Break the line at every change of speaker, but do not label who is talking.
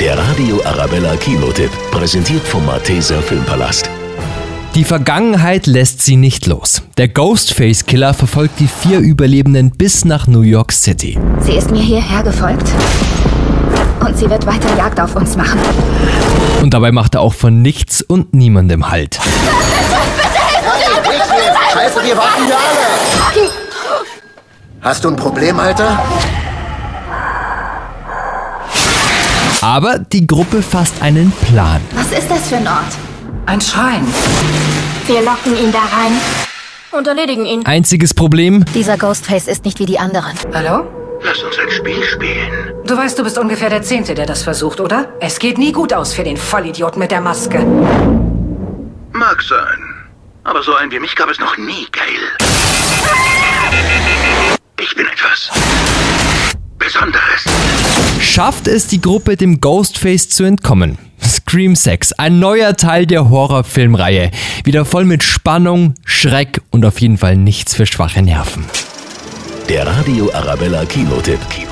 Der Radio Arabella Kinotipp, präsentiert vom Malteser Filmpalast.
Die Vergangenheit lässt sie nicht los. Der Ghostface-Killer verfolgt die vier Überlebenden bis nach New York City.
Sie ist mir hierher gefolgt. Und sie wird weiter Jagd auf uns machen.
Und dabei macht er auch von nichts und niemandem Halt.
Scheiße, wir warten ja alle. Hast du ein Problem, Alter?
Aber die Gruppe fasst einen Plan.
Was ist das für ein Ort?
Ein Schrein.
Wir locken ihn da rein.
und erledigen ihn.
Einziges Problem,
Dieser Ghostface ist nicht wie die anderen.
Hallo?
Lass uns ein Spiel spielen.
Du weißt, du bist ungefähr der Zehnte, der das versucht, oder? Es geht nie gut aus für den Vollidioten mit der Maske.
Mag sein. Aber so einen wie mich gab es noch nie, Gail. Ich bin etwas Besonderes.
schafft es die Gruppe dem Ghostface zu entkommen. Scream Sex, ein neuer Teil der Horrorfilmreihe. Wieder voll mit Spannung, Schreck und auf jeden Fall nichts für schwache Nerven.
Der Radio Arabella Kinotipp, Kinotipp.